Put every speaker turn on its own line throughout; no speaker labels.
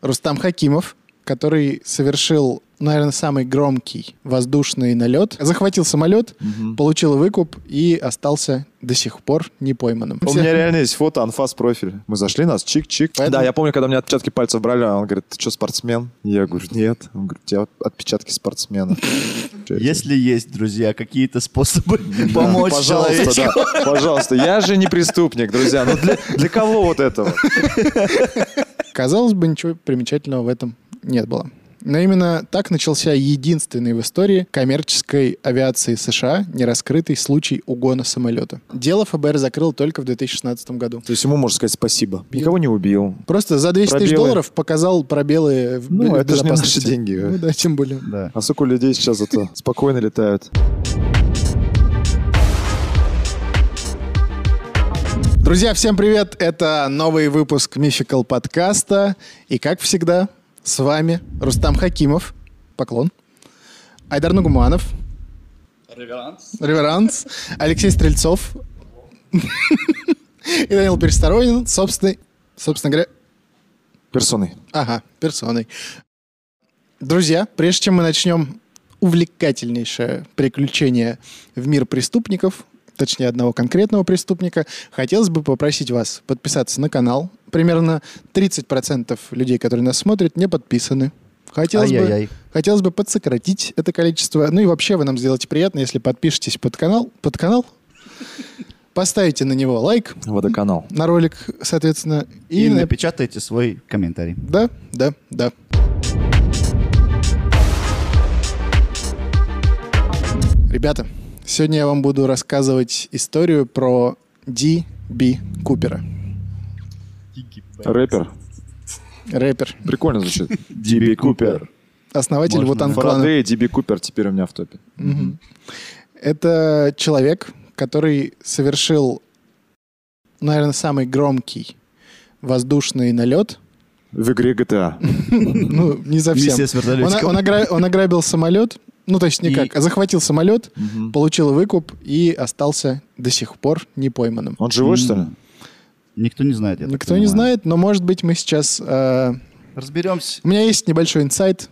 Рустам Хакимов, который совершил, наверное, самый громкий воздушный налет, захватил самолет, получил выкуп и остался до сих пор не пойманным.
У меня реально есть фото анфас профиля. Мы зашли, нас чик-чик.
Поэтому-
Да, я помню, когда мне отпечатки пальцев брали, а он говорит, ты что, спортсмен? Я говорю, нет. Он говорит, у тебя отпечатки спортсмена.
Если есть, друзья, какие-то способы
Да,
помочь
пожалуйста,
человеку.
да, пожалуйста, я же не преступник, друзья. Ну для, для кого вот этого?
Казалось бы, ничего примечательного в этом нет было. Но именно так начался единственный в истории коммерческой авиации США нераскрытый случай угона самолета. Дело ФБР закрыл только в 2016 году.
То есть ему можно сказать спасибо. Никого не убил.
Просто за 200 тысяч
Пробелы.
долларов показал пробелы в
Ну,
бе-
это же не
безопасности.
наши деньги.
Ну да, тем более.
Да.
А сколько людей сейчас зато спокойно летают.
Друзья, всем привет! Это новый выпуск Мификал подкаста. И как всегда, с вами Рустам Хакимов. Поклон. Айдар Нугуманов. Реверанс. Алексей Стрельцов. И Данил Пересторонин, собственный, собственно говоря,
Персоны.
Ага, персоной. Друзья, прежде чем мы начнем увлекательнейшее приключение в мир преступников, точнее одного конкретного преступника, хотелось бы попросить вас подписаться на канал. Примерно 30% людей, которые нас смотрят, не подписаны. Хотелось бы,
Ай-яй-яй.
хотелось бы подсократить это количество. Ну и вообще вы нам сделаете приятно, если подпишетесь под канал. Под канал? Поставите на него лайк
Водоканал.
на ролик, соответственно.
И
на-
напечатайте свой комментарий.
да, да, да. Ребята, сегодня я вам буду рассказывать историю про Ди Би Купера.
Рэпер.
Рэпер,
Прикольно звучит. Диби Купер.
основатель
Можно.
Вутан Клана.
Фарадей и Диби Купер теперь у меня в топе.
Мгм. Это человек, который совершил, наверное, самый громкий воздушный налет.
В игре А. GTA.
Ну, не совсем.
Миссия с
Он,
вертолетиком.
он огра- он ограбил самолет, ну, то есть
И-
никак, а захватил самолет,
Мгм.
получил выкуп и остался до сих пор не пойманным.
Он живой, что ли?
Никто не знает, я так
Никто Ну, не
понимаю.
знает, но может быть мы сейчас. э,
Разберемся.
у меня есть небольшой инсайт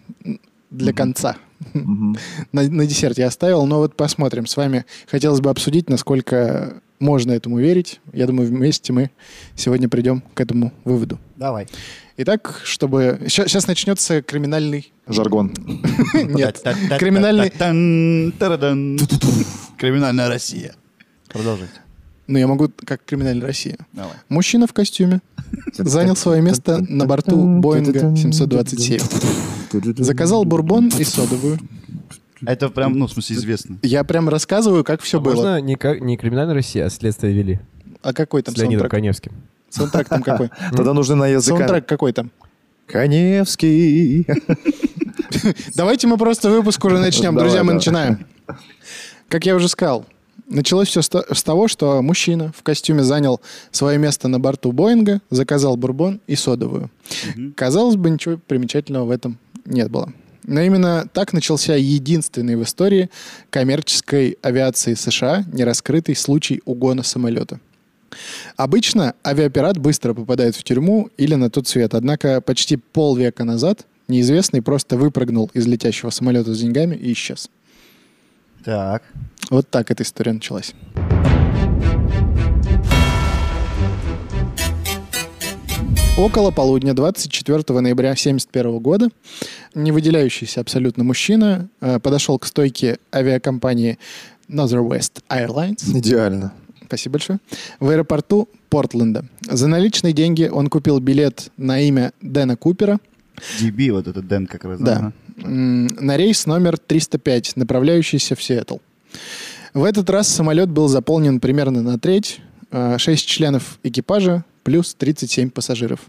для конца.
Мгм.
На, на десерт я оставил, но вот посмотрим. С вами хотелось бы обсудить, насколько можно этому верить. Я думаю, вместе мы сегодня придем к этому выводу.
Давай.
Итак, чтобы сейчас начнется криминальный.
Жаргон.
Нет,
Та-та-та-та-та-тан.
криминальный.
Тарадан. Криминальная Россия. Продолжайте.
Ну я могу как криминальная Россия.
Давай.
Мужчина в костюме занял свое место на борту Боинга 727. Заказал бурбон и содовую.
Это прям, ну, в смысле, известно.
Я прям рассказываю, как все
А
было.
Можно не, ка- не криминальная Россия, а следствие вели.
А какой там
с Леонидом
саундтрек?
Коневским.
Саундтрек там какой?
Тогда нужны на языка.
Саундтрек какой там?
Коневский.
Давайте мы просто выпуск уже начнем.
Давай,
Друзья, мы
давай.
начинаем. Как я уже сказал, началось все с того, что мужчина в костюме занял свое место на борту Боинга, заказал бурбон и содовую. Казалось бы, ничего примечательного в этом нет было. Но именно так начался единственный в истории коммерческой авиации США нераскрытый случай угона самолета. Обычно авиапират быстро попадает в тюрьму или на тот свет, однако почти полвека назад неизвестный просто выпрыгнул из летящего самолета с деньгами и исчез.
Так.
Вот так эта история началась. Около полудня 24 ноября 1971 года не выделяющийся абсолютно мужчина э, подошел к стойке авиакомпании Northwest Airlines
Идеально.
Спасибо большое. В аэропорту Портленда. За наличные деньги он купил билет на имя Дэна Купера
DB, вот этот Дэн как раз.
да, м, на рейс номер 305, направляющийся в Сиэтл. В этот раз самолет был заполнен примерно на треть, 6 членов экипажа плюс 37 пассажиров.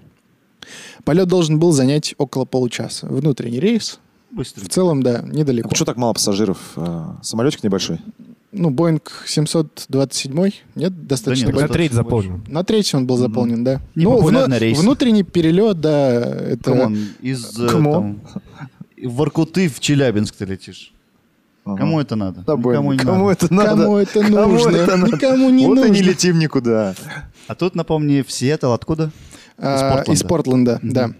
Полет должен был занять около получаса. Внутренний рейс.
Быстро.
В целом, да, недалеко.
А Почему так мало пассажиров? А, Самолетик небольшой.
Ну, Боинг 727, нет, достаточно
нет,
большой.
Достаточно
На треть
больше.
заполнил.
На треть он был заполнен, да.
Не
ну,
популярный
вну-
рейс.
внутренний перелет, да, это...
Камон, из э,
Камон.
там, в Воркуты в Челябинск ты летишь.
Ага.
Кому это надо?
Да,
Никому
блин,
не
Кому
надо.
это надо?
Кому это
Кому
нужно?
это надо?
Никому не
Вот и
нужно.
не летим никуда.
А тут, напомни, в Сиэтл откуда?
А,
Из Портланда.
Из Портланда, да.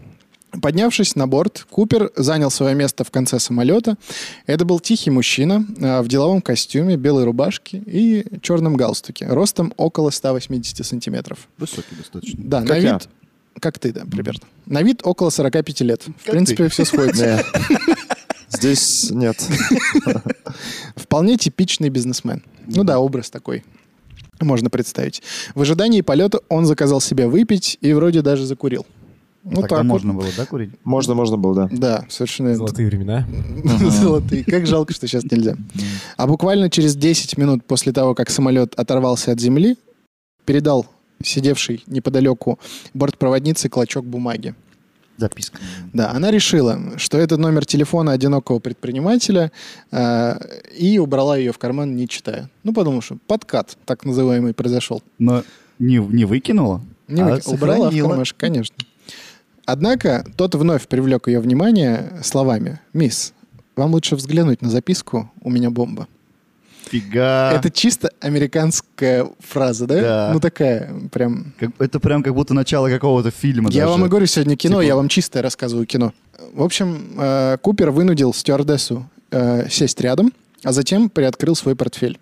Поднявшись на борт, Купер занял свое место в конце самолета. Это был тихий мужчина э, в деловом костюме, белой рубашке и черном галстуке, ростом около 180 сантиметров.
Высокий достаточно.
Да, на
Как я.
вид... Как ты, да, примерно. На вид около 45 лет. В
ты.
принципе, все сходится.
Не. Здесь нет.
Вполне типичный бизнесмен. Ну да, образ такой. Можно представить. В ожидании полета он заказал себе выпить и вроде даже закурил. Ну
Тогда
так вот.
можно было, да, курить?
Можно, можно было, да.
Да, совершенно
Золотые времена.
золотые. Как жалко, что сейчас нельзя. А буквально через 10 минут после того, как самолет оторвался от земли, передал сидевший неподалеку бортпроводнице клочок бумаги.
Записка.
Да, она решила, что это номер телефона одинокого предпринимателя э, и убрала ее в карман, не читая. Ну, потому что подкат, так называемый, произошел.
Но не, не выкинула?
Не
а
вы- убрала в
сохранила.
кармашек, конечно. Однако тот вновь привлек ее внимание словами. «Мисс, вам лучше взглянуть на записку «У меня бомба».
Фига.
Это чисто американская фраза, да?
А. Да.
Ну такая прям...
Как- это прям как будто начало какого-то фильма
Я
даже.
вам и говорю сегодня кино,
Типа-
я вам чисто рассказываю кино. В общем, э, Купер вынудил стюардессу э, сесть рядом, а затем приоткрыл свой портфель.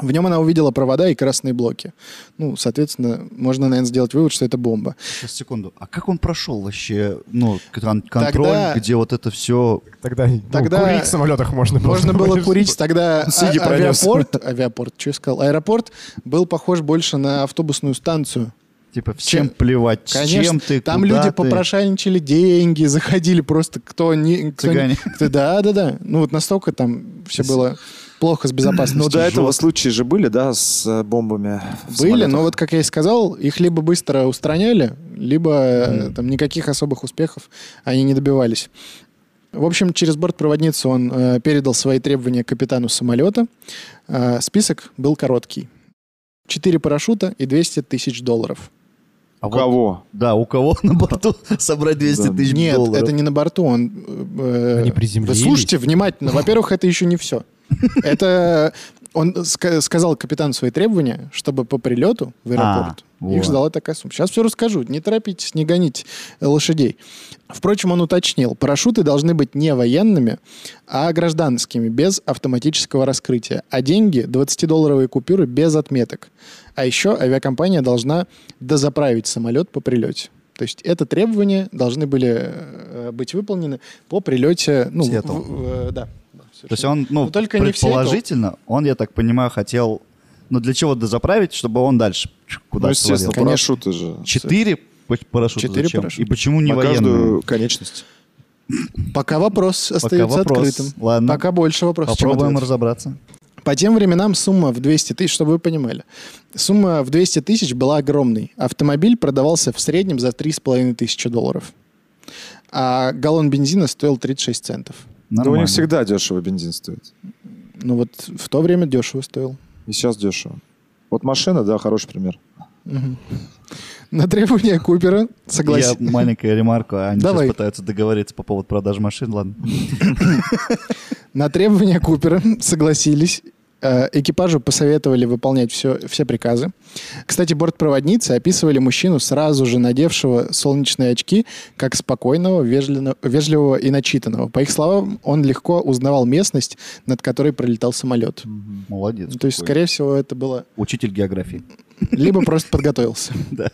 В нем она увидела провода и красные блоки. Ну, соответственно, можно, наверное, сделать вывод, что это бомба.
Сейчас, секунду. А как он прошел вообще, ну, кон- контроль,
Тогда-
где вот это все...
Тогда, ну,
Тогда-
курить в самолетах можно
Ну,
было.
Можно было
понимаешь?
курить тогда а-
Сиги пронес.
авиапорт. Авиапорт, что я сказал? Аэропорт был похож больше на автобусную станцию.
Типа,
Чем?
всем плевать, с чем ты,
там
куда
люди
ты.
попрошайничали деньги, заходили просто кто не... Кто не-
Цыгане.
кто- да, да, да. Ну вот настолько там все было плохо с безопасностью.
Ну, до этого случаи же были, да, с э, бомбами. в
Были,
самолетах?
но вот, как я и сказал, их либо быстро устраняли, либо э, там никаких особых успехов они не добивались. В общем, через бортпроводницу он э, передал свои требования капитану самолета. Э, список был короткий. Четыре парашюта и 200 тысяч долларов.
А
У
вот-
кого?
да, у кого на борту собрать 200
Да.
тысяч
Нет,
долларов?
это не на борту, он... э,
Они
Вы
приземлились.
слушайте внимательно. Во-первых, это еще не все. Это он ска- сказал капитану свои требования, чтобы по прилету в аэропорт
А,
их
вот.
ждала такая сумма. Сейчас все расскажу. Не торопитесь, не гоните э, лошадей. Впрочем, он уточнил, парашюты должны быть не военными, а гражданскими, без автоматического раскрытия. А деньги, 20-долларовые купюры, без отметок. А еще авиакомпания должна дозаправить самолет по прилете. То есть это требования должны были э, быть выполнены по прилете. Ну,
В Сиэтл.
в- в- да. Да,
То есть он, ну,
Ну, только не в Сиэтл.
предположительно, он, я так понимаю, хотел, ну, для чего дозаправить, чтобы он дальше чух,
Ну,
куда-то
естественно,
свалил.
конечно.
парашюты же.
Четыре пар- парашюта
Четыре
зачем?
парашюта.
И почему не
На
военные?
каждую конечность.
Пока вопрос остается
вопрос.
открытым.
Ладно.
Пока больше вопросов, чем
Попробуем
ответов.
разобраться.
По тем временам сумма в 200 тысяч, чтобы вы понимали, сумма в 200 тысяч была огромной. Автомобиль продавался в среднем за 3,5 тысячи долларов. А галлон бензина стоил 36 центов.
Да у
Нормально.
них всегда дешево бензин стоит.
Ну вот в то время дешево стоил.
И сейчас дешево. Вот машина, да, хороший пример.
На требования Купера
Я
согласен.
маленькая ремарка, а они
Давай.
сейчас пытаются договориться по поводу продажи машин, ладно.
На требования Купера согласились. Э, Экипажу посоветовали выполнять все, все приказы. Кстати, бортпроводницы описывали мужчину, сразу же надевшего солнечные очки, как спокойного, вежлено- вежливого и начитанного. По их словам, он легко узнавал местность, над которой пролетал самолет.
Молодец.
То есть,
какой.
скорее всего, это было
Учитель географии.
либо просто подготовился.
Да.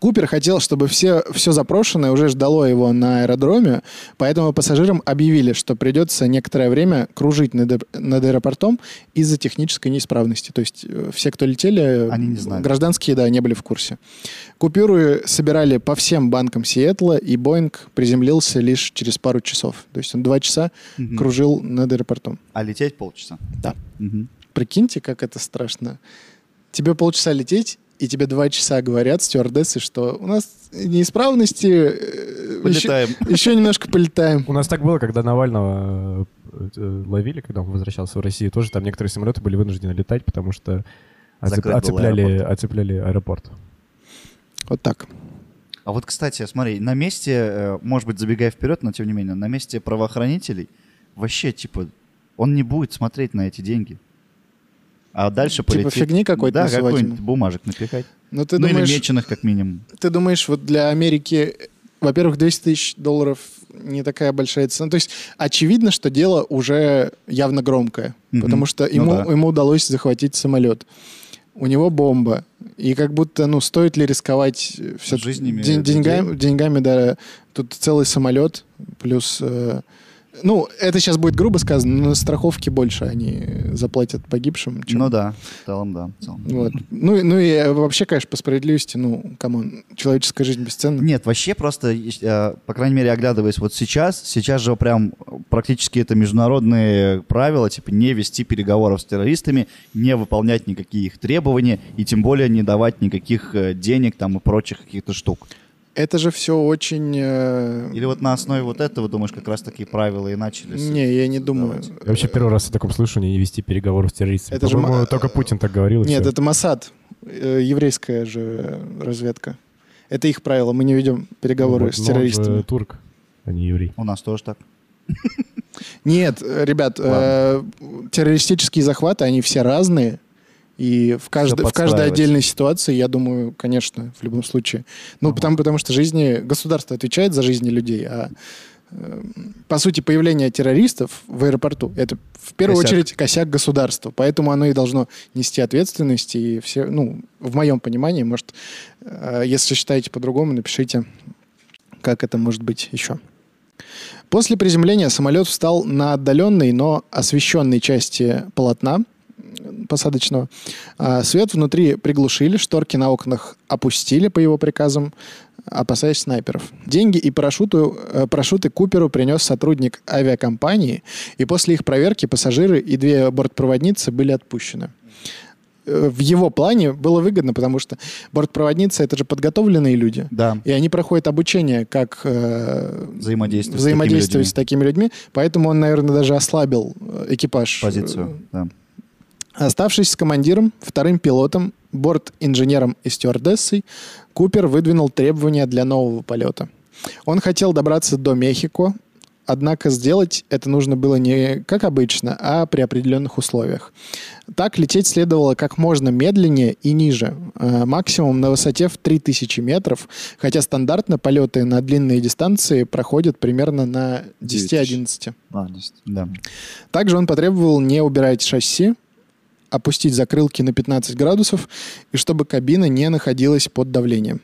Купер хотел, чтобы все, все запрошенное уже ждало его на аэродроме, поэтому пассажирам объявили, что придется некоторое время кружить над, ап- над аэропортом из-за технической неисправности. То есть э, все, кто летели,
Они не знали.
гражданские, да, не были в курсе. Купюры собирали по всем банкам Сиэтла, и Боинг приземлился лишь через пару часов. То есть он два часа
Мгм.
кружил над аэропортом.
А лететь полчаса?
Да.
Мгм.
Прикиньте, как это страшно. Тебе полчаса лететь, и тебе два часа говорят стюардессы, что у нас неисправности, э, еще,
Полетаем.
еще немножко полетаем.
У нас так было, когда Навального э, э, ловили, когда он возвращался в Россию, тоже там некоторые самолеты были вынуждены летать, потому что оцеп-
Закрыт был
оцепляли,
аэропорт.
оцепляли аэропорт.
Вот так.
А вот, кстати, смотри, на месте, э, может быть, забегая вперед, но тем не менее, на месте правоохранителей вообще, типа, он не будет смотреть на эти деньги. А дальше
Типа
полетит...
фигни какой-то
Да,
называть
какой-нибудь
ему.
бумажек напихать.
Но ты
ну или
думаешь,
меченых, как минимум.
ты думаешь, вот для Америки во-первых, 200 тысяч долларов не такая большая цена. То есть очевидно, что дело уже явно громкое,
Мгм. Ну
потому что ему,
да.
ему удалось захватить самолет. У него бомба. И как будто, ну, стоит ли рисковать все
Жизнями людей?
деньгами, деньгами, да. Тут целый самолет плюс... э, ну, это сейчас будет грубо сказано, но на страховке больше они заплатят погибшим, чем
Ну да, в целом да. в целом.
вот. Ну, и- ну и э, вообще, конечно, по справедливости, ну, камон, человеческая жизнь бесценна.
Нет, вообще просто, э, по крайней мере, оглядываясь вот сейчас, сейчас же прям практически это международные правила, типа не вести переговоров с террористами, не выполнять никакие их требования и тем более не давать никаких э, денег там и прочих каких-то штук.
Это же все очень... э,
Или вот на основе вот этого, думаешь, как раз такие правила и начались?
Не, я не думаю.
Я вообще первый раз о таком слышу, не вести переговоров с террористами.
Э, Это же
По-моему,
ма-
только Путин так говорил. и
Нет,
всё.
это Масад, еврейская же разведка. Это их правило, мы не ведем переговоры
Ну, вот,
с
но он же
террористами.
турк, а не еврей.
У нас тоже так.
Нет, э, ребят, э, террористические захваты, они все разные. И в, кажд- в каждой
подстраивается.
отдельной ситуации, я думаю, конечно, в любом случае. Ну, потому, потому что жизни, государство отвечает за жизни людей, а э, по сути, появление террористов в аэропорту это в первую
Косяк.
очередь косяк государства. Поэтому оно и должно нести ответственность. И все, ну, в моем понимании, может, э, если считаете по-другому, напишите, как это может быть еще. После приземления самолет встал на отдаленной, но освещенной части полотна м, посадочного. А Свет внутри приглушили, шторки на окнах опустили по его приказам, опасаясь снайперов. Деньги и парашюту, э, парашюты Куперу принес сотрудник авиакомпании, и после их проверки пассажиры и две бортпроводницы были отпущены. Э, В его плане было выгодно, потому что бортпроводницы — это же подготовленные люди.
Да.
И они проходят обучение, как э,
Взаимодействие с
взаимодействовать с
такими
такими людьми. Поэтому он, наверное, даже ослабил э, экипаж. э,
людьми. позицию. Да.
Оставшись с командиром, вторым пилотом, борт-инженером и стюардессой, Купер выдвинул требования для нового полета. Он хотел добраться до Мехико, однако сделать это нужно было не как обычно, а при определенных условиях. Так лететь следовало как можно медленнее и ниже, э, максимум на высоте в 3000 метров, хотя стандартно полеты на длинные дистанции проходят примерно на 10-11.
А, не с-
Да.
Также он потребовал не убирать шасси, опустить закрылки на 15 градусов и чтобы кабина не находилась под давлением.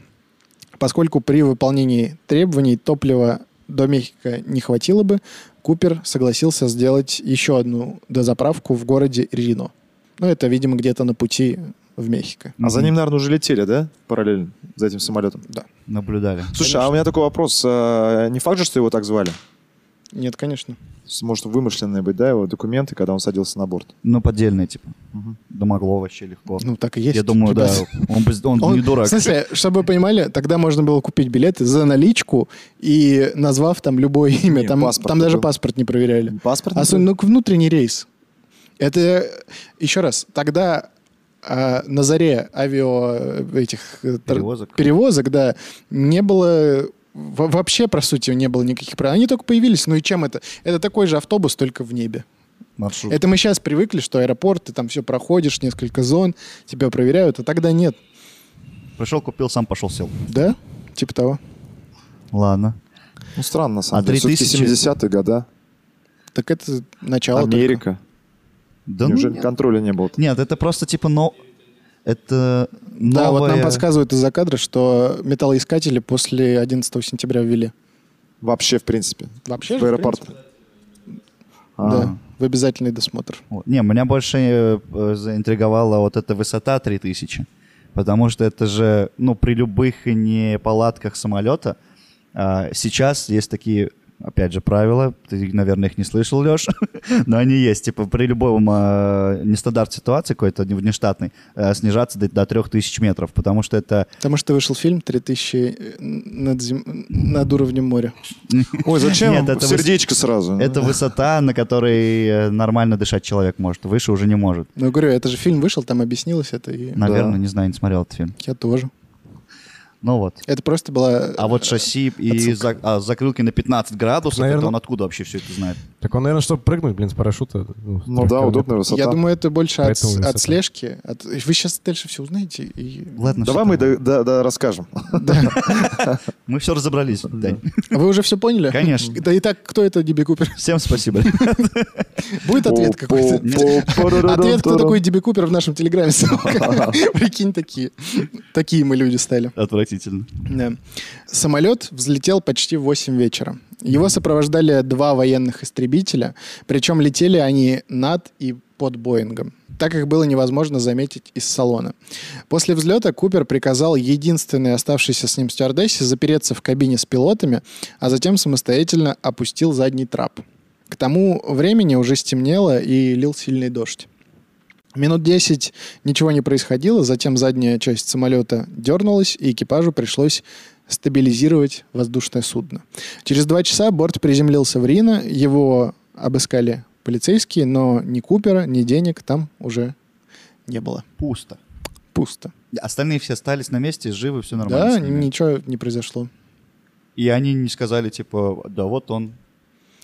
Поскольку при выполнении требований топлива до Мехико не хватило бы, Купер согласился сделать еще одну дозаправку в городе Рино. Ну, это, видимо, где-то на пути в Мехико.
А за ним, наверное, уже летели, да? Параллельно, за этим самолетом.
Наблюдали.
Слушай, а у меня такой вопрос. а, Не факт же, что его так звали? То
Нет, конечно.
есть, Может, вымышленные быть, да, его документы, когда он садился на борт?
Ну, поддельные, типа.
Мгм.
Да могло вообще легко.
Ну, так и есть.
Я думаю, да,
ребята.
он, бы- он
Он-
не дурак.
В смысле, чтобы вы понимали, тогда можно было купить билеты за наличку и назвав там любое имя.
Не,
там,
паспорт
там даже
был.
паспорт не проверяли.
Паспорт?
Особенно к- внутренний рейс. Это, еще раз, тогда а, на заре авиа этих э, тр-
Перевозок.
перевозок, да, не было во- вообще, по сути, не было никаких правил. Они только появились. Ну и чем это? Это такой же автобус, только в небе.
Маршрут.
Это мы сейчас привыкли, что аэропорт, ты там все проходишь, несколько зон, тебя проверяют, а тогда нет.
Пришел, купил, сам пошел, сел.
Да? Типа того.
Ладно.
Ну, странно, на самом
А
деле.
3000?
Все-таки 70-е года.
Так это начало. только.
Америка.
Да ну
Неужели
нет.
контроля не было?
Нет, это просто типа, но... Это
Да, вот нам
новое-
подсказывают из-за кадра, что металлоискатели после 11 сентября ввели.
Вообще, в принципе.
Вообще
в аэропорт. А,
Да, в обязательный досмотр.
Вот. Не, меня больше э, э, заинтриговала вот эта высота 3000. Потому что это же, ну, при любых неполадках самолета, а, сейчас есть такие, опять же, правила, ты, наверное, их не слышал, Леш, но они есть. Типа при любом а, нестандартной ситуации какой-то, не- внештатной, э, снижаться до, до 3000 метров, потому что это...
Потому что вышел фильм «3000 над, зем- над уровнем моря».
Ой, зачем
Нет, это вы-
сердечко сразу?
Это высота, на которой э, нормально дышать человек может, выше уже не может.
Ну, я говорю, это же фильм вышел, там объяснилось это, и
Наверное,
Да.
не знаю, не смотрел этот фильм.
я тоже.
Ну вот.
Это просто была...
А вот шасси и за- а, закрылки на 15 градусов,
Наверно-
это он откуда вообще все это знает?
Так он, наверное, чтобы прыгнуть, блин, с парашюта.
Ну да, удобная
удобно.
высота.
э, Я думаю, это больше от,
Поэтому
от
высота.
слежки. от- Вы сейчас дальше все узнаете. и-
Ладно,
Давай
всё
мы
там.
до- до- до- расскажем.
Мы все разобрались. Тань.
Вы уже все поняли?
Конечно.
Да и так, кто это Диби Купер?
Всем спасибо.
Будет ответ какой-то? Ответ, кто такой Диби Купер в нашем телеграме. ссылка. Прикинь, такие. Такие мы люди стали.
Отвратительно.
Да. Самолет взлетел почти в 8 вечера. Его сопровождали два военных истребителя, причем летели они над и под Боингом, так их было невозможно заметить из салона. После взлета Купер приказал единственной оставшейся с ним стюардессе запереться в кабине с пилотами, а затем самостоятельно опустил задний трап. К тому времени уже стемнело и лил сильный дождь. Минут 10 ничего не происходило, затем задняя часть самолета дернулась, и экипажу пришлось стабилизировать воздушное судно. Через два часа борт приземлился в Рино, его обыскали полицейские, но ни Купера, ни денег там уже не было.
Пусто.
Пусто.
Остальные все остались на месте, живы, все нормально.
да,
с ними.
ничего не произошло.
И они не сказали, типа, да вот он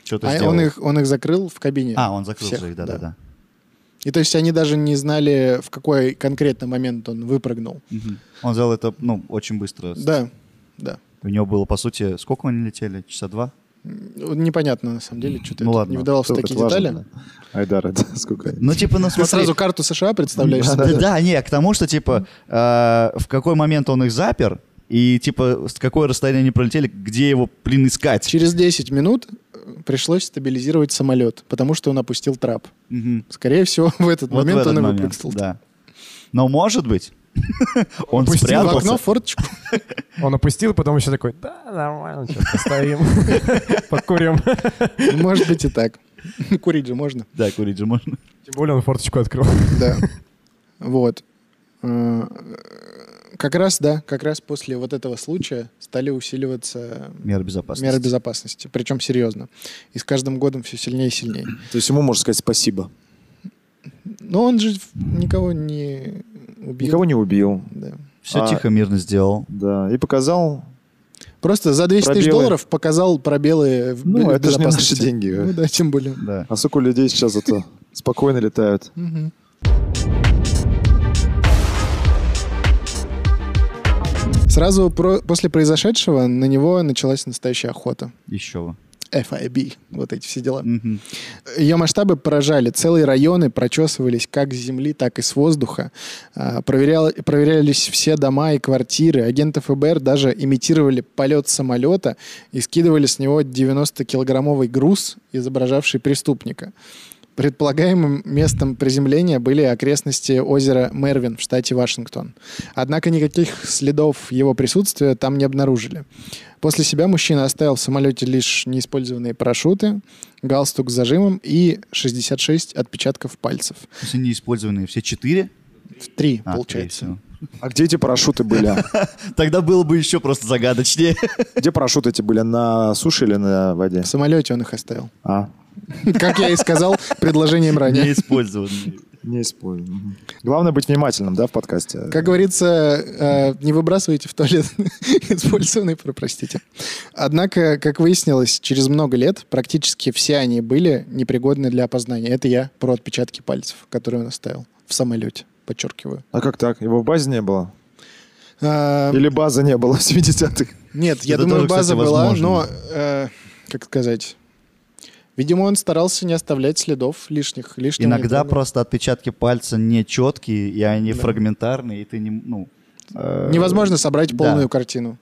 что-то
А
сделал.
он, их, он их закрыл в кабине.
А, он закрыл
всех,
же их,
да.
да-да-да.
И то есть они даже не знали, в какой конкретный момент он выпрыгнул.
Мгм. Он взял это, ну, очень быстро.
Да, да.
У него было, по сути, сколько они летели? Часа два?
Непонятно, на самом деле, что-то
Ну ладно.
не вдавался в
Это
такие
важно,
детали.
да. Айдар, это сколько?
Ну, типа, ну,
Ты
смотри.
сразу карту США представляешь?
Да, да, не, к тому, что, типа, э, в какой момент он их запер, и, типа, с какое расстояние они пролетели, где его, блин, искать?
Через 10 минут э, пришлось стабилизировать самолет, потому что он опустил трап.
Мгм.
Скорее всего, в этот
Вот в
момент
этот
он и
момент,
выпрыгнул.
Да. Но, может быть, он
Пустил в
В
спрятался.
окно форточку.
Он опустил, потом еще такой, да, нормально, сейчас постоим, покурим.
Ну, Может быть и так. Курить же можно.
Да, курить же можно.
Тем более он форточку открыл.
Да. Вот. Э, Как раз, да, как раз после вот этого случая стали усиливаться
Меры безопасности.
меры безопасности. Причем серьезно. И с каждым годом все сильнее и сильнее.
То есть ему можно сказать спасибо.
Но он же никого не убил.
Никого не убил.
Да.
Все
А-
тихо, мирно сделал.
Да, и показал.
Просто за 200 тысяч
Пробелы.
долларов показал пробелы в
Ну,
в
это же не
безопасности.
наши деньги.
Ну да, тем более.
Да.
А сколько людей сейчас это спокойно летают?
Мгм. Сразу про- после произошедшего на него началась настоящая охота.
Еще вы.
FIB, вот эти все дела.
Мгм.
Ее масштабы поражали. Целые районы прочесывались как с земли, так и с воздуха. А, проверял- проверялись все дома и квартиры. Агенты ФБР даже имитировали полет самолета и скидывали с него 90-килограммовый груз, изображавший преступника. Предполагаемым местом приземления были окрестности озера Мервин в штате Вашингтон. Однако никаких следов его присутствия там не обнаружили. После себя мужчина оставил в самолете лишь неиспользованные парашюты, галстук с зажимом и 66 отпечатков пальцев.
То есть они использованные все четыре?
В три,
А,
получается.
три,
А где эти парашюты были? а?
всё. Тогда было бы еще просто загадочнее.
Где парашюты эти были? На суше или на воде?
В самолете он их оставил.
А,
Как я и сказал предложением
Не
ранее.
использованные.
не использую. Мгм. Главное быть внимательным, да, в подкасте.
Как говорится, э, не выбрасывайте в туалет использованные, про- простите. Однако, как выяснилось, через много лет практически все они были непригодны для опознания. Это я про отпечатки пальцев, которые он оставил в самолете, подчеркиваю.
А как так? Его в базе не было?
А,
Или базы не было в 70-х?
Нет, я
Это
думаю,
тоже,
база
кстати,
была,
возможно.
но, э, как сказать, видимо, он старался не оставлять следов лишних. лишнего
Иногда
не было.
просто отпечатки пальца нечеткие, и они
Да.
фрагментарные, и ты не, ну... э,
Невозможно собрать
да.
полную картину.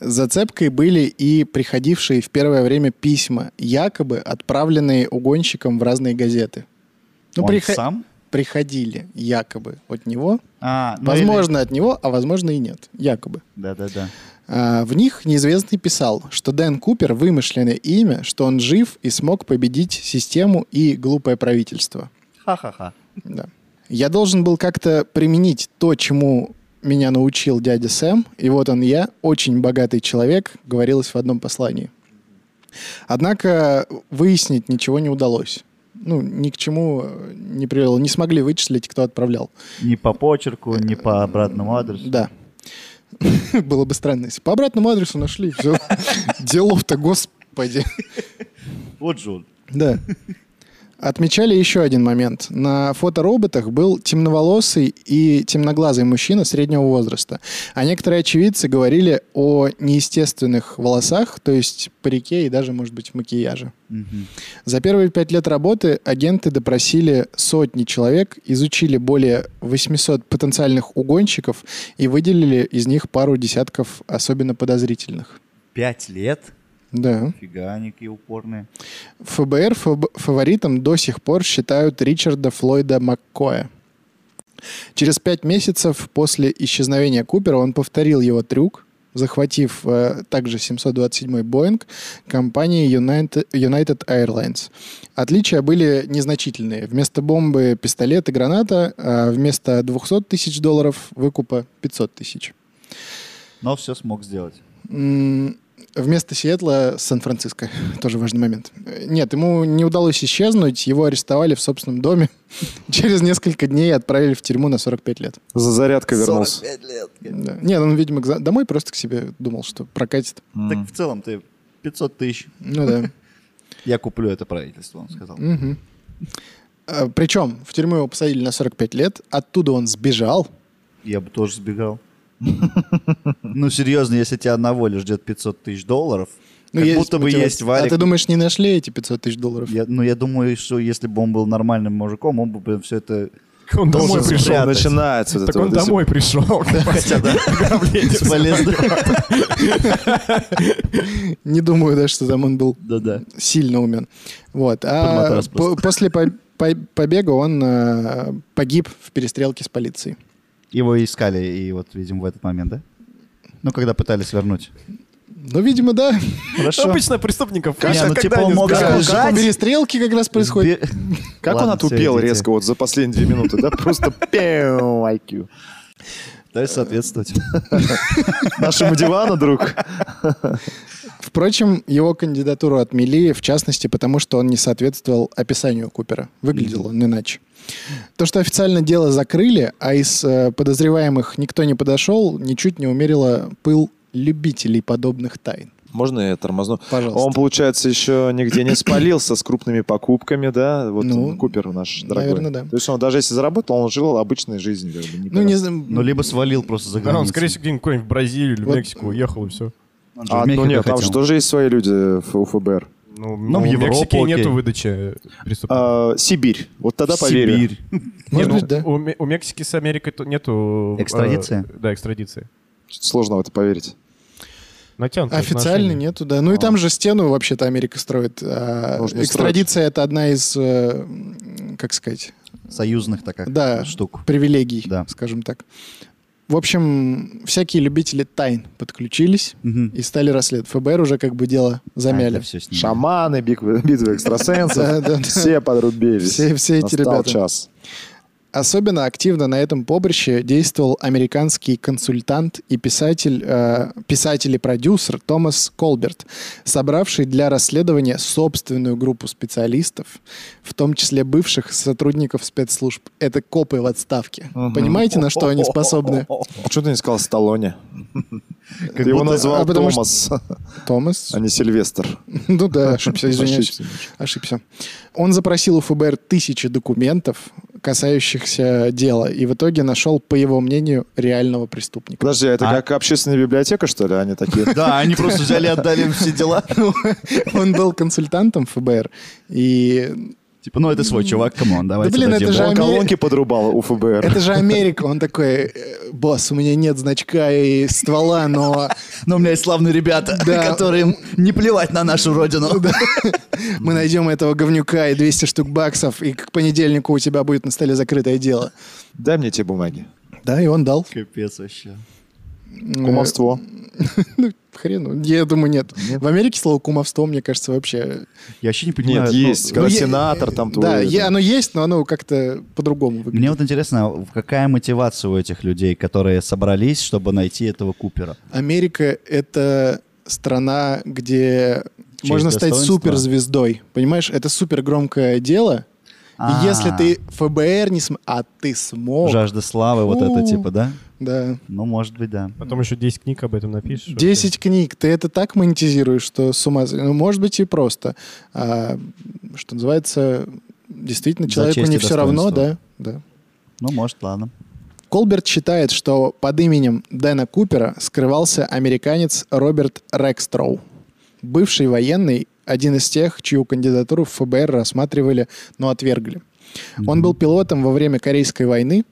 Зацепкой были и приходившие в первое время письма, якобы отправленные угонщиком в разные газеты. Ну,
Он
приха-
сам?
приходили якобы от него.
А, ну
возможно, от него, а возможно и нет. Якобы.
или- Да-да-да.
А, В них неизвестный писал, что Дэн Купер — вымышленное имя, что он жив и смог победить систему и глупое правительство.
Ха-ха-ха.
Да. Я должен был как-то применить то, чему меня научил дядя Сэм, и вот он я, очень богатый человек, говорилось в одном послании. Однако выяснить ничего не удалось. Ну, ни к чему э, не привело. Не смогли вычислить, кто отправлял.
Ни по почерку, ни по обратному адресу.
Да. Было бы странно, если по обратному адресу нашли. Все. Делов-то, господи.
Вот же он.
Да. Отмечали еще один момент. На фотороботах был темноволосый и темноглазый мужчина среднего возраста. А некоторые очевидцы говорили о неестественных волосах, то есть парике и даже, может быть, макияже.
Мгм.
За первые пять лет работы агенты допросили сотни человек, изучили более 800 потенциальных угонщиков и выделили из них пару десятков особенно подозрительных.
Пять лет.
Да.
Фига, они какие упорные.
ФБР фаб- фаворитом до сих пор считают Ричарда Флойда Маккоя. Через пять месяцев после исчезновения Купера он повторил его трюк, захватив э, также 727-й Боинг компании United, United Airlines. Отличия были незначительные. Вместо бомбы пистолет и граната, а вместо 200 тысяч долларов выкупа 500 тысяч.
Но все смог сделать.
М, Вместо Сиэтла Сан-Франциско. Тоже важный момент. Э, Нет, ему не удалось исчезнуть. Его арестовали в собственном доме. Через несколько дней отправили в тюрьму на 45 лет.
За зарядкой вернулся.
45 лет.
Да. Нет, он, видимо, к за- домой просто к себе думал, что прокатит.
Так в целом ты 500 тысяч.
Ну да.
Я куплю это правительство, он сказал.
Мгм. А, Причем в тюрьму его посадили на 45 лет. Оттуда он сбежал.
Я бы тоже сбегал. Ну, серьезно, если тебя на воле ждет 500 тысяч долларов,
Ну,
как
есть
будто бы
мотивация.
есть
А ты
валик.
думаешь, не нашли эти 500 тысяч долларов?
Я- Ну, я думаю, что если бы он был нормальным мужиком, он бы все это...
Он
Должен
домой пришел.
спрятать.
Начинается вот
Так
это
он
вот. если-
домой пришел.
Хотя, да, бесполезно.
Не думаю, да, что там он был
Да-да.
сильно умен. Вот.
Под
А
матрас просто.
по- после по- по- побега он э, погиб в перестрелке с полицией.
Его искали, и вот, видимо, в этот момент, да? Ну, когда пытались вернуть.
Ну, видимо, да.
Хорошо.
Обычно преступников
Не,
ищут,
ну, типа,
Ну, когда
он
они
мог
сбегают.
сбежать.
Как в перестрелке как раз происходит.
Бе-
Как
Ладно,
он отупел
всё, идите.
резко вот за последние две минуты, да? Просто пяу, IQ.
Дай соответствовать.
Нашему дивану, друг.
Впрочем, его кандидатуру отмели, в частности, потому что он не соответствовал описанию Купера. Выглядел он иначе. То, что официально дело закрыли, а из э, подозреваемых никто не подошел, ничуть не умерило пыл любителей подобных тайн.
Можно я тормозну?
Пожалуйста.
Он, получается, еще нигде не спалился с крупными покупками, да? Вот
Ну,
он, Купер наш дорогой.
наверно, да.
То есть он даже если заработал, он жил обычной жизнью. как бы, не
Ну, не
пора.
знаю.
Ну, либо свалил просто за
Да,
границу.
А, он, скорее всего, где-нибудь куда-нибудь в Бразилию или в
Вот.
Мексику уехал, и все.
Он же в
А, ну
Мехико
нет, там
хотел.
же тоже есть свои люди в- у ФБР.
Ну,
в
ну, в
Европу,
Мексике
окей.
нету выдачи преступников.
А, Сибирь. Вот тогда поверю.
Сибирь.
Не,
А, Может
ну,
быть, да.
У Ме- у Мексики с Америкой то- нету... э,
Экстрадиции?
Да, экстрадиции.
Что-то Сложно в это поверить.
Натянутые
Официально
отношения.
нету, да. Ну и там же стену вообще-то Америка строит. А
А. Можно и
экстрадиция это одна из, э, м, как сказать,
Союзных такая
Да.
штук.
привилегий,
Да.
скажем так. В общем, всякие любители тайн подключились
Мгм.
и стали расследовать. ФБР уже как бы дело замяли.
все с ними.
Шаманы, битвы битвы
Да,
экстрасенсов.
да, да.
Все подрубились.
Все- все эти
Настал
ребята.
час.
Особенно активно на этом поприще действовал американский консультант и писатель, э, писатель и продюсер Томас Колберт, собравший для расследования собственную группу специалистов, в том числе бывших сотрудников спецслужб. Это копы в отставке.
Мгм.
Понимаете, на что они способны?
Почему А ты не сказал Сталлоне? Ты
Как
его
будто-
назвал
а потому
Томас,
Томас?
а не Сильвестр.
Ну да, ошибся, извиняюсь.
Ошибся.
Ошибся. Он запросил у ФБР тысячи документов, касающихся дела, и в итоге нашел, по его мнению, реального преступника.
Подожди, а это
А?
как общественная библиотека, что ли? Они такие...
Да, они просто взяли и отдали им все дела.
Он был консультантом ФБР, и
Типа, ну это свой чувак, камон, давайте
блин, это
дадим.
же
Он
Амери-
колонки подрубал у ФБР.
это же Америка. Он такой, «Э, босс, у меня нет значка и ствола, но
Но у меня есть славные ребята,
Да.
которым не плевать на нашу родину.
мы найдем этого говнюка и 200 штук баксов, и к понедельнику у тебя будет на столе закрытое дело.
Дай мне те бумаги.
Да, и он дал.
Капец вообще.
Кумовство. Ну.
Ну, хрен, я думаю, нет. В Америке слово кумовство, мне кажется, вообще
Я вообще не понимаю.
Нет,
ну,
есть.
ну,
Когда
е-
сенатор там твой...
Да,
это-
е- оно есть, но оно как-то по-другому выглядит.
Мне вот интересно, в- какая мотивация у этих людей, которые собрались, чтобы найти этого Купера?
Америка — это страна, где
Честь,
можно стать
достоинство.
суперзвездой. Понимаешь, это супер громкое дело,
А.
И если ты ФБР не смог, а ты смог,
Жажда славы, вот это
Фу.
типа, да?
да.
Ну, может быть, да.
Потом еще 10 книг об этом напишешь.
10 книг, ты это так монетизируешь, что с ума... Ну, может быть, и просто. А, что называется, действительно,
За
человеку
честь
не
и
все равно, да,
достоинство.
да.
Ну, может, ладно.
Колберт считает, что под именем Дэна Купера скрывался американец Роберт Рекстроу, бывший военный, один из тех, чью кандидатуру в ФБР рассматривали, но отвергли. Он был пилотом во время Корейской войны,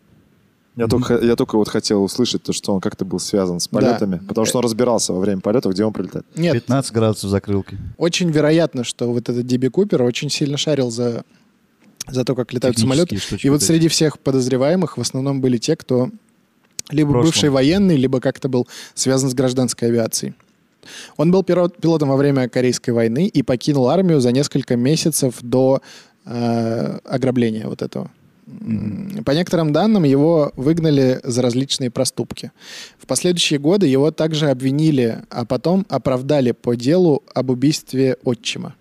Я только, я только вот хотел услышать то, что он как-то был связан с полетами, потому что он разбирался во время полетов, где он прилетает.
Нет,
15 градусов закрылки.
очень вероятно, что вот этот Диби Купер очень сильно шарил за, за то, как летают
Технические
самолеты.
штучки
И вот
вот эти.
среди всех подозреваемых в основном были те, кто либо
прошлом.
бывший военный, либо как-то был связан с гражданской авиацией. Он был пирот- пилотом во время Корейской войны и покинул армию за несколько месяцев до э, ограбления вот этого. М, По некоторым данным, его выгнали за различные проступки. В последующие годы его также обвинили, а потом оправдали по делу об убийстве отчима.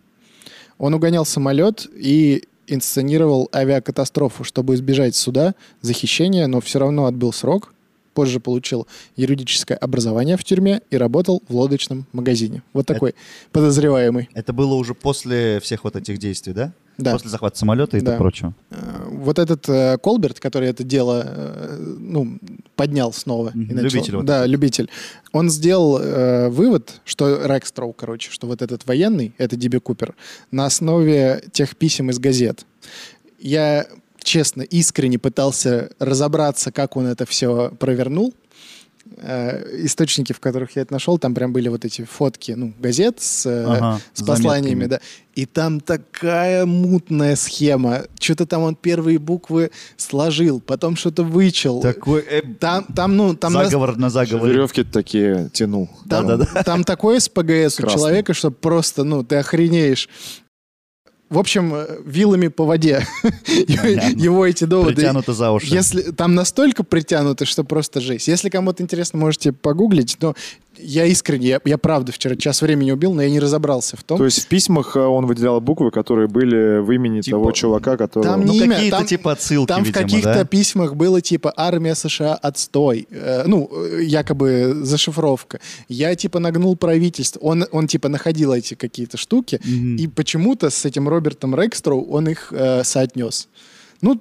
Он угонял самолет и инсценировал авиакатастрофу, чтобы избежать суда за хищение, но все равно отбыл срок. Позже получил юридическое образование в тюрьме и работал в лодочном магазине. Вот такой подозреваемый.
Это было уже после всех вот этих действий, да?
Да.
После захвата самолета и
Да.
так прочего.
Э, Вот этот э, Колберт, который это дело э, ну, поднял снова.
Мгм,
и начал-
любитель вот
да, любитель. Он сделал э, вывод, что Рекстроу, короче, что вот этот военный, это Диби Купер, на основе тех писем из газет. Я, честно, искренне пытался разобраться, как он это все провернул. Э, источники, в которых я это нашел, там прям были вот эти фотки ну, газет с, э,
Ага,
с посланиями,
заметками.
да. И там такая мутная схема. Что-то там он первые буквы сложил, потом что-то вычел.
Такой э,
Там, там, ну, там, на-
заговор на заговор.
Веревки такие тянул. Ну.
там,
Да-да-да.
там такой СПГС у
Красный.
человека, что просто, ну, ты охренеешь. В общем, э, вилами по воде.
Понятно.
Его эти доводы.
Притянуто за уши.
Если там настолько притянуто, что просто жесть. Если кому-то интересно, можете погуглить. Но я искренне, я, я правда вчера час времени убил, но я не разобрался в том.
То есть в письмах э, он выделял буквы, которые были в имени
Типа,
того чувака, которого...
там
Ну,
Ну,
не имя,
какие-то
там-
типа отсылки,
Там
видимо,
в каких-то
да?
письмах было типа армия США отстой, Э, ну э, якобы зашифровка. Я типа нагнул правительство, он он типа находил эти какие-то штуки
Мгм.
и почему-то с этим Робертом Рекстроу он их э, соотнес. Ну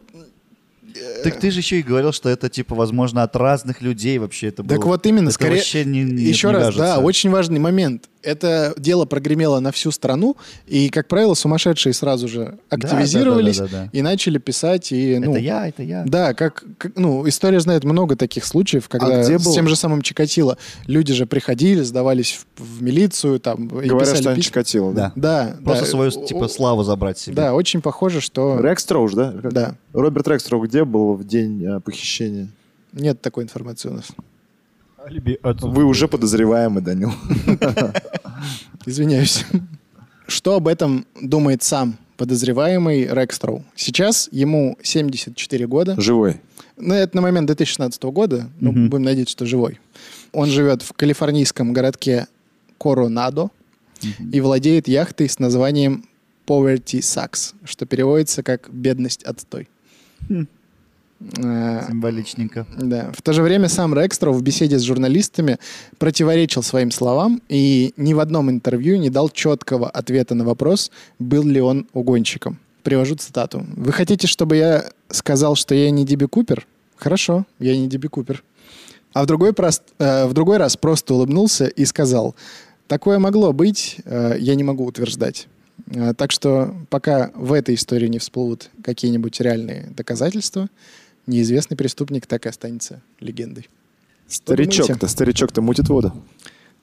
Э,
Так ты же еще и говорил, что это, типа, возможно, от разных людей вообще это было.
так вот именно,
Это
скорее
вообще не- не-
еще
не
раз,
вяжется.
да, очень важный момент. Это дело прогремело на всю страну и как правило сумасшедшие сразу же активизировались
да-да-да-да-да.
и начали писать и ну
Это я, это я.
Да, как, как- ну, история знает много таких
А
случаев, когда
где
с
был?
тем же самым Чикатило люди же приходили, сдавались в, в милицию, там, и
Говорят,
писали
что он
письма.
Чикатило, да?
Да.
Да,
Просто
да.
свою,
О-
типа, славу забрать себе.
Да, очень похоже, что...
Рекстроуж, да? Как?
Да,
Роберт Рекстроу где был в день э, похищения?
нет такой информации у нас.
Алиби отсутствует.
Вы уже подозреваемый, Данил.
Извиняюсь. Что об этом думает сам подозреваемый Рекстроу? Сейчас ему 74 года.
Живой.
Ну, это на момент 2016 года. Ну,
Мгм.
будем надеяться, что живой. Он живет в калифорнийском городке Коронадо и владеет яхтой с названием Poverty Sucks, что переводится как «бедность отстой».
Хм.
Э,
Символичненько.
да. В то же время сам Рекстроу в беседе с журналистами противоречил своим словам и ни в одном интервью не дал четкого ответа на вопрос, был ли он угонщиком. Привожу цитату. «Вы хотите, чтобы я сказал, что я не Диби Купер? Хорошо, я не Диби Купер». А в другой, прост- э, в другой раз просто улыбнулся и сказал, «Такое могло быть, э, я не могу утверждать». Э, Так что пока в этой истории не всплывут какие-нибудь реальные доказательства, неизвестный преступник так и останется легендой. Что думаете?
Старичок-то, старичок-то мутит воду.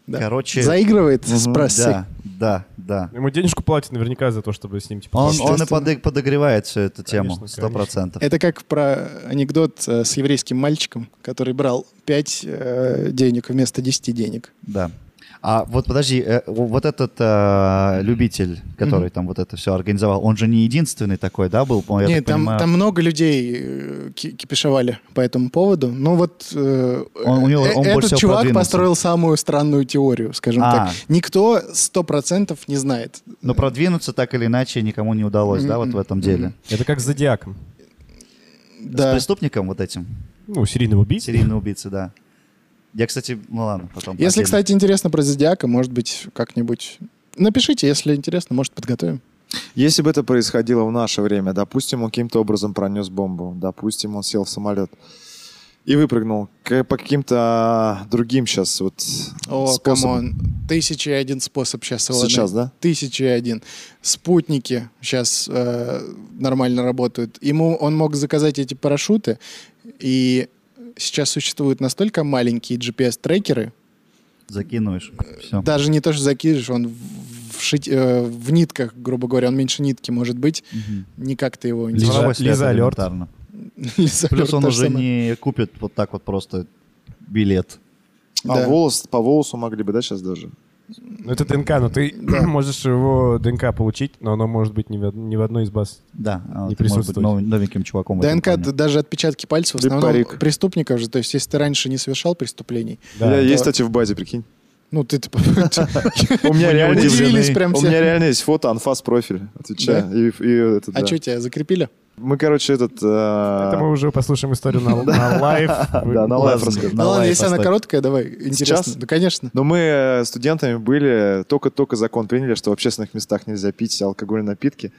Да.
Короче,
Заигрывает с
Мгм,
прессой.
да, да, да.
Ему денежку платят наверняка за то, чтобы с ним типа...
Он,
пообщаться.
он и подыг- подогревает всю эту тему,
Конечно,
сто процентов.
Это как про анекдот э, с еврейским мальчиком, который брал 5 денег вместо 10 денег.
Да. А вот подожди, э, вот этот э, любитель, который
Мгм.
там вот это все организовал, он же не единственный такой, да, был? по- я
Нет,
так
там,
понимаю?
там много людей э, ки- кипишевали по этому поводу. Но вот э,
Он- у него-
э,
он больше
этот
всего
чувак
продвинулся.
построил самую странную теорию, скажем
А.
так. Никто сто процентов не знает.
Но продвинуться так или иначе никому не удалось, да, вот в этом деле.
Это как с зодиаком.
С
Да.
преступником вот этим,
Ну, серийным убийцей.
серийный убийца, да. Я, кстати, ну ладно, потом.
Если,
отдельно.
кстати, интересно про Зодиака, может быть, как-нибудь... Напишите, если интересно, может, подготовим.
Если бы это происходило в наше время, допустим, он каким-то образом пронес бомбу, допустим, он сел в самолет и выпрыгнул к- по каким-то а, другим сейчас вот
О,
способам.
камон. Тысяча и один способ сейчас. Илона.
Сейчас, да?
Тысяча и один. Спутники сейчас нормально работают. Ему он мог заказать эти парашюты, и сейчас существуют настолько маленькие GPS-трекеры,
Закинуешь.
э,
Все.
даже не то, что закинешь, он в, в шить- э, в нитках, грубо говоря, он меньше нитки может быть, никак ты его не...
Лиза- Лиза Алерт.
Плюс он
То же
уже
самое.
не купит вот так вот просто билет.
А
Да.
волос, по волосу могли бы, да, сейчас даже?
Ну, это ДНК, но ты можешь его ДНК получить, но оно может быть ни в, од- ни в одной из баз.
Да, а
Не
ты можешь быть
присутствовать.
нов- новеньким чуваком. в этом
ДНК,
плане.
д- даже отпечатки пальцев, в
Или
основном
парик.
преступников же, то есть если ты раньше не совершал преступлений,
Да.
Я есть,
Да.
кстати, в базе, прикинь.
ну ты... ты-
У меня реально
Удивились прям
У меня
все.
реально есть фото, анфас профиль, отвечаю. И, и это,
А
да.
что, тебя закрепили?
Мы, короче, этот... э,
Это мы уже послушаем историю на, на лайв.
Да, на лайв расскажу.
На
Ну ладно,
лайв
если она
оставь.
короткая, давай, интересно.
Сейчас?
Да, конечно.
Но мы э, студентами были, только-только закон приняли, что в общественных местах нельзя пить алкогольные напитки.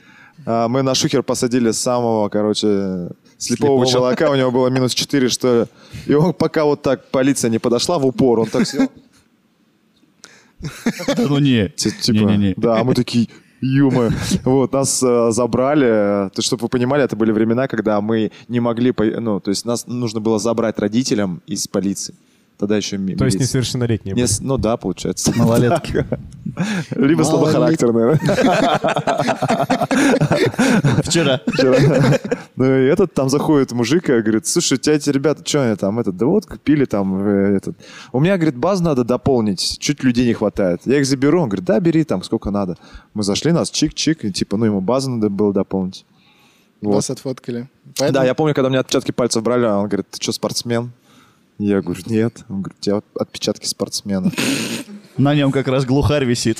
А, Мы на шухер посадили самого, короче, слепого,
Слепого.
челока, у него было минус 4, что ли. И он пока вот так, полиция не подошла в упор, он так сел.
Да ну не.
Ти- Типа,
Не-не-не.
да, а мы такие, юмы. Вот, нас э, забрали. То, чтобы вы понимали, это были времена, когда мы не могли, по- ну, то есть нас нужно было забрать родителям из полиции. Тогда еще ми-
То есть
милиция.
несовершеннолетние.
Не с- ну да, получается.
Малолетки.
Либо
Малолет-
слабохарактерные.
Вчера.
Вчера. Ну и этот там заходит мужик и говорит, слушай, у тебя эти ребята, что они там, этот, да вот, купили там, э, этот. У меня, говорит, базу надо дополнить, чуть людей не хватает. Я их заберу, он говорит, да, бери там, сколько надо. Мы зашли, нас чик-чик, и типа, ну ему базу надо было дополнить. Вот.
Вас отфоткали.
Да,
Ну, Поэтому-
я помню, когда у меня отпечатки пальцев брали, а он говорит, ты что, спортсмен? Я говорю, нет. Он говорит, у тебя отпечатки спортсмена.
На нем как раз глухарь висит.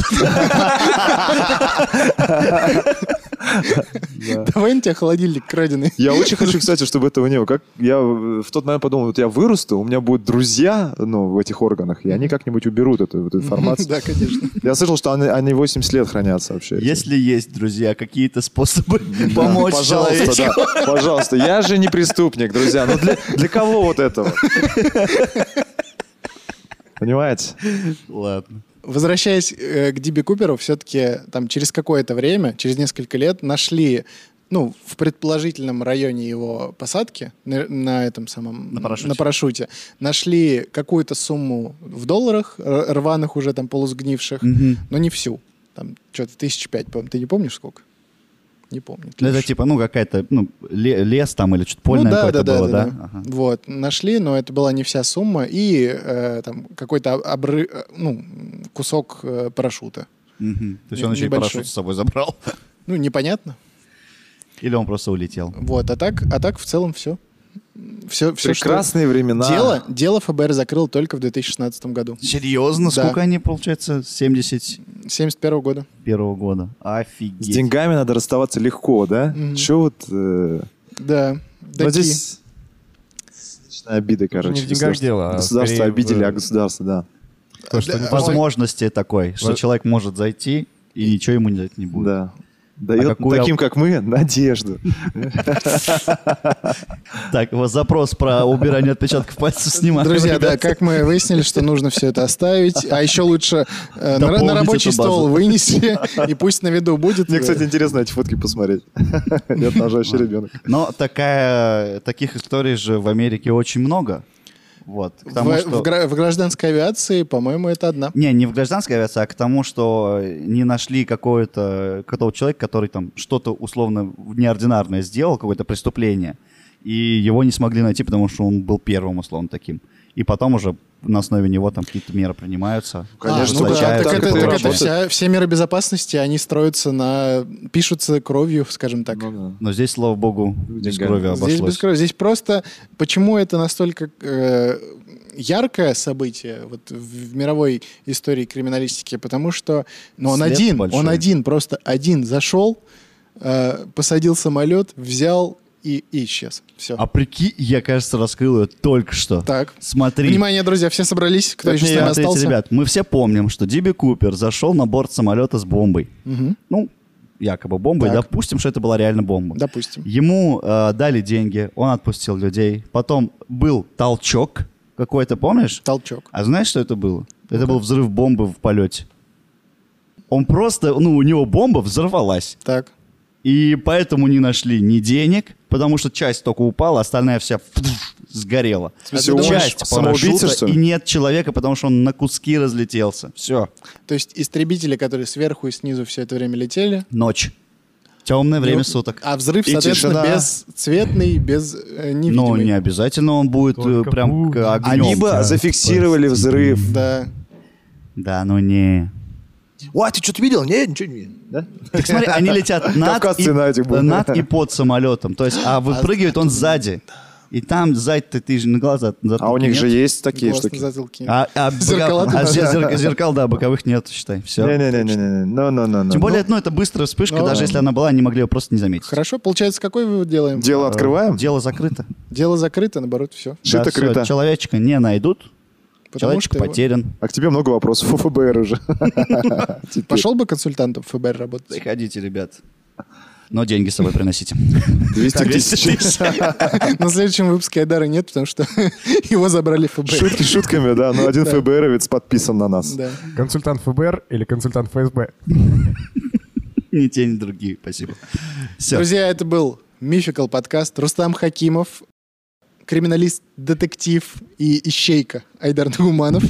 Давай на тебя холодильник краденый.
Я очень хочу, кстати, чтобы этого не было. Как я э, в тот момент подумал, вот я вырасту, у меня будут друзья, ну, в этих органах, и они как-нибудь уберут эту, вот информацию.
Да, конечно.
Я слышал, что они, они 80 лет хранятся вообще.
Если есть, друзья, какие-то способы
Да,
помочь
пожалуйста,
человеку.
да, пожалуйста. Я же не преступник, друзья. Ну для, для кого вот этого? Понимаете?
Ладно.
Возвращаясь э, к Диби Куперу, все-таки там через какое-то время, через несколько лет нашли ну, в предположительном районе его посадки на, на этом самом...
На парашюте.
парашюте, Нашли какую-то сумму в долларах, р- рваных уже там полусгнивших, но не всю. Там что-то тысяч пять, по-моему. Ты не помнишь сколько? Не помню.
Ну, Это
Леш.
типа, ну, какая-то, ну, ле- лес там или что-то польное
Ну да,
какое-то
да, да,
было,
да,
да?
да.
Ага.
Вот, нашли, но это была не вся сумма, и э, там какой-то обры... э, ну, кусок э, парашюта.
Мгм. То есть он
Не-
еще и
небольшой.
парашют с собой забрал.
Ну, непонятно.
Или он просто улетел.
Вот, а так, а так в целом все. Все, все
Прекрасные времена.
Дело, дело ФБР закрыл только в 2016 году.
Серьезно?
Да.
Сколько они, получается, с 71
71 года.
года?
С
Офигеть.
деньгами надо расставаться легко, да?
Мгм.
Че вот... э,
Да.
ну,
Дати.
здесь... личная обида, короче.
не в деньгах
государство-
дело, а
Государство
скорее в-
обидели, а государство, да.
То, что
Да,
не
а
должно-
Возможности такой, что
Во-
человек может зайти, и ничего ему не не будет.
Да. Дает
какую
таким, как мы, надежду.
Так, вот запрос про убирание отпечатков пальцев снимаем.
Друзья, да,
ребята.
как мы выяснили, что нужно все это оставить, а еще лучше э, на,
Дополнить
на рабочий
эту базу.
стол вынести, и пусть на виду будет. э,
Мне, кстати, интересно эти фотки посмотреть. Я тоже вообще ребенок.
Но такая, таких историй же в Америке очень много. Вот, к тому,
в,
что...
в гра- в гражданской авиации, по-моему, это одна.
Не, не в гражданской авиации, а к тому, что не нашли какого-то какого человека, который там что-то условно неординарное сделал, какое-то преступление, и его не смогли найти, потому что он был первым условно таким. И и потом уже на основе него там какие-то меры принимаются.
Конечно,
А, ну да, так
получается, так
это,
это
так это
работает.
вся- все меры безопасности, они строятся на... пишутся кровью, скажем так.
Ну
Но здесь, слава богу, без
Деньгами.
крови обошлось.
Здесь без крови. Здесь просто... Почему это настолько э, яркое событие вот, в, в мировой истории криминалистики? Потому что ну, он
След
один,
большой.
он один, просто один зашел, э, посадил самолет, взял и, и исчез. Все.
А прикинь, я, кажется, раскрыл ее только что.
Так.
Смотри.
Внимание, друзья, все собрались, кто еще с нами
Смотрите,
остался?
ребят, мы все помним, что Диби Купер зашел на борт самолета с бомбой.
Мгм.
Ну, якобы бомбой.
Так.
Допустим, что это была реально бомба.
Допустим.
Ему э, дали деньги, он отпустил людей. Потом был толчок какой-то, помнишь?
Толчок.
А знаешь, что это было? Это был взрыв бомбы в полете. Он просто, ну, у него бомба взорвалась.
Так.
И поэтому не нашли ни денег, потому что часть только упала, остальная вся сгорела.
В смысле,
А ты
он
думаешь,
часть
самоубийца,
парашюта,
что ли?
и нет человека, потому что он на куски разлетелся. Все,
То есть истребители, которые сверху и снизу все это время летели.
ночь. Темное время
Ну,
суток.
А взрыв,
И
соответственно,
тишина.
бесцветный, без э,
Но
невидимый.
не обязательно он будет э,
Только
прям
будет.
к огнем.
Они бы
да,
зафиксировали
прости.
взрыв.
Да.
Да, ну не.
А, ты что-то видел? Нет, ничего не видел. Да?
Так смотри, они летят над и,
Кавказцы на этих будут.
над и под самолетом. То есть, а выпрыгивает он сзади. И там сзади-то ты же на глаза
А у
затылки
них
нет.
же есть такие
Глаз на
штуки.
затылке.
А, а бока-
Зеркала ты
а
можешь-
зер- зер- зеркал, да, боковых нет, считай. Все.
Не-не-не-не-не. No-no-no-no.
Тем более, ну, это быстрая вспышка,
Ну,
даже
да.
если она была, они могли ее просто не заметить.
Хорошо, получается, какой вывод делаем?
Ну, Дело открываем?
Дело закрыто.
Дело закрыто, наоборот, все.
Да, всё,
Шито-крыто.
Человечка не найдут, человечек потерян.
А к тебе много вопросов у ФБР уже. Теперь.
Пошел бы консультантом в ФБР работать.
Приходите, ребят. Но деньги с собой приносите.
200 тысяч.
На следующем выпуске Айдара нет, потому что его забрали в ФБР.
Шутки шутками, да, но один ФБРовец подписан на нас.
Да.
Консультант ФБР или консультант ФСБ?
Ни те, ни другие. Спасибо. Все.
Друзья, это был Мификал подкаст. Рустам Хакимов, криминалист, детектив и ищейка Айдар Нагуманов,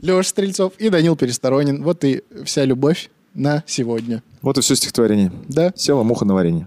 Леша Стрельцов и Данил Пересторонин. Вот и вся любовь на сегодня.
Вот и все стихотворение.
Да?
Села муха на варенье.